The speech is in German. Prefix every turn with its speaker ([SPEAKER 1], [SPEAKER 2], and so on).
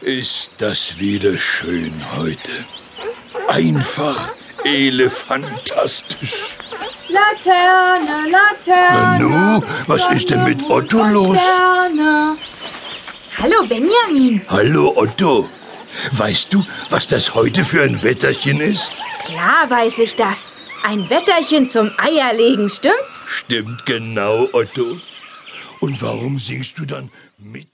[SPEAKER 1] Ist das wieder schön heute. Einfach elefantastisch.
[SPEAKER 2] Laterne, Laterne.
[SPEAKER 1] Nanu, was
[SPEAKER 2] Sonne,
[SPEAKER 1] ist denn mit
[SPEAKER 2] Mond
[SPEAKER 1] Otto
[SPEAKER 2] und
[SPEAKER 1] los?
[SPEAKER 2] Sterne. Hallo Benjamin.
[SPEAKER 1] Hallo Otto. Weißt du, was das heute für ein Wetterchen ist?
[SPEAKER 2] Klar weiß ich das. Ein Wetterchen zum Eierlegen, stimmt's?
[SPEAKER 1] Stimmt genau, Otto. Und warum singst du dann Mittag?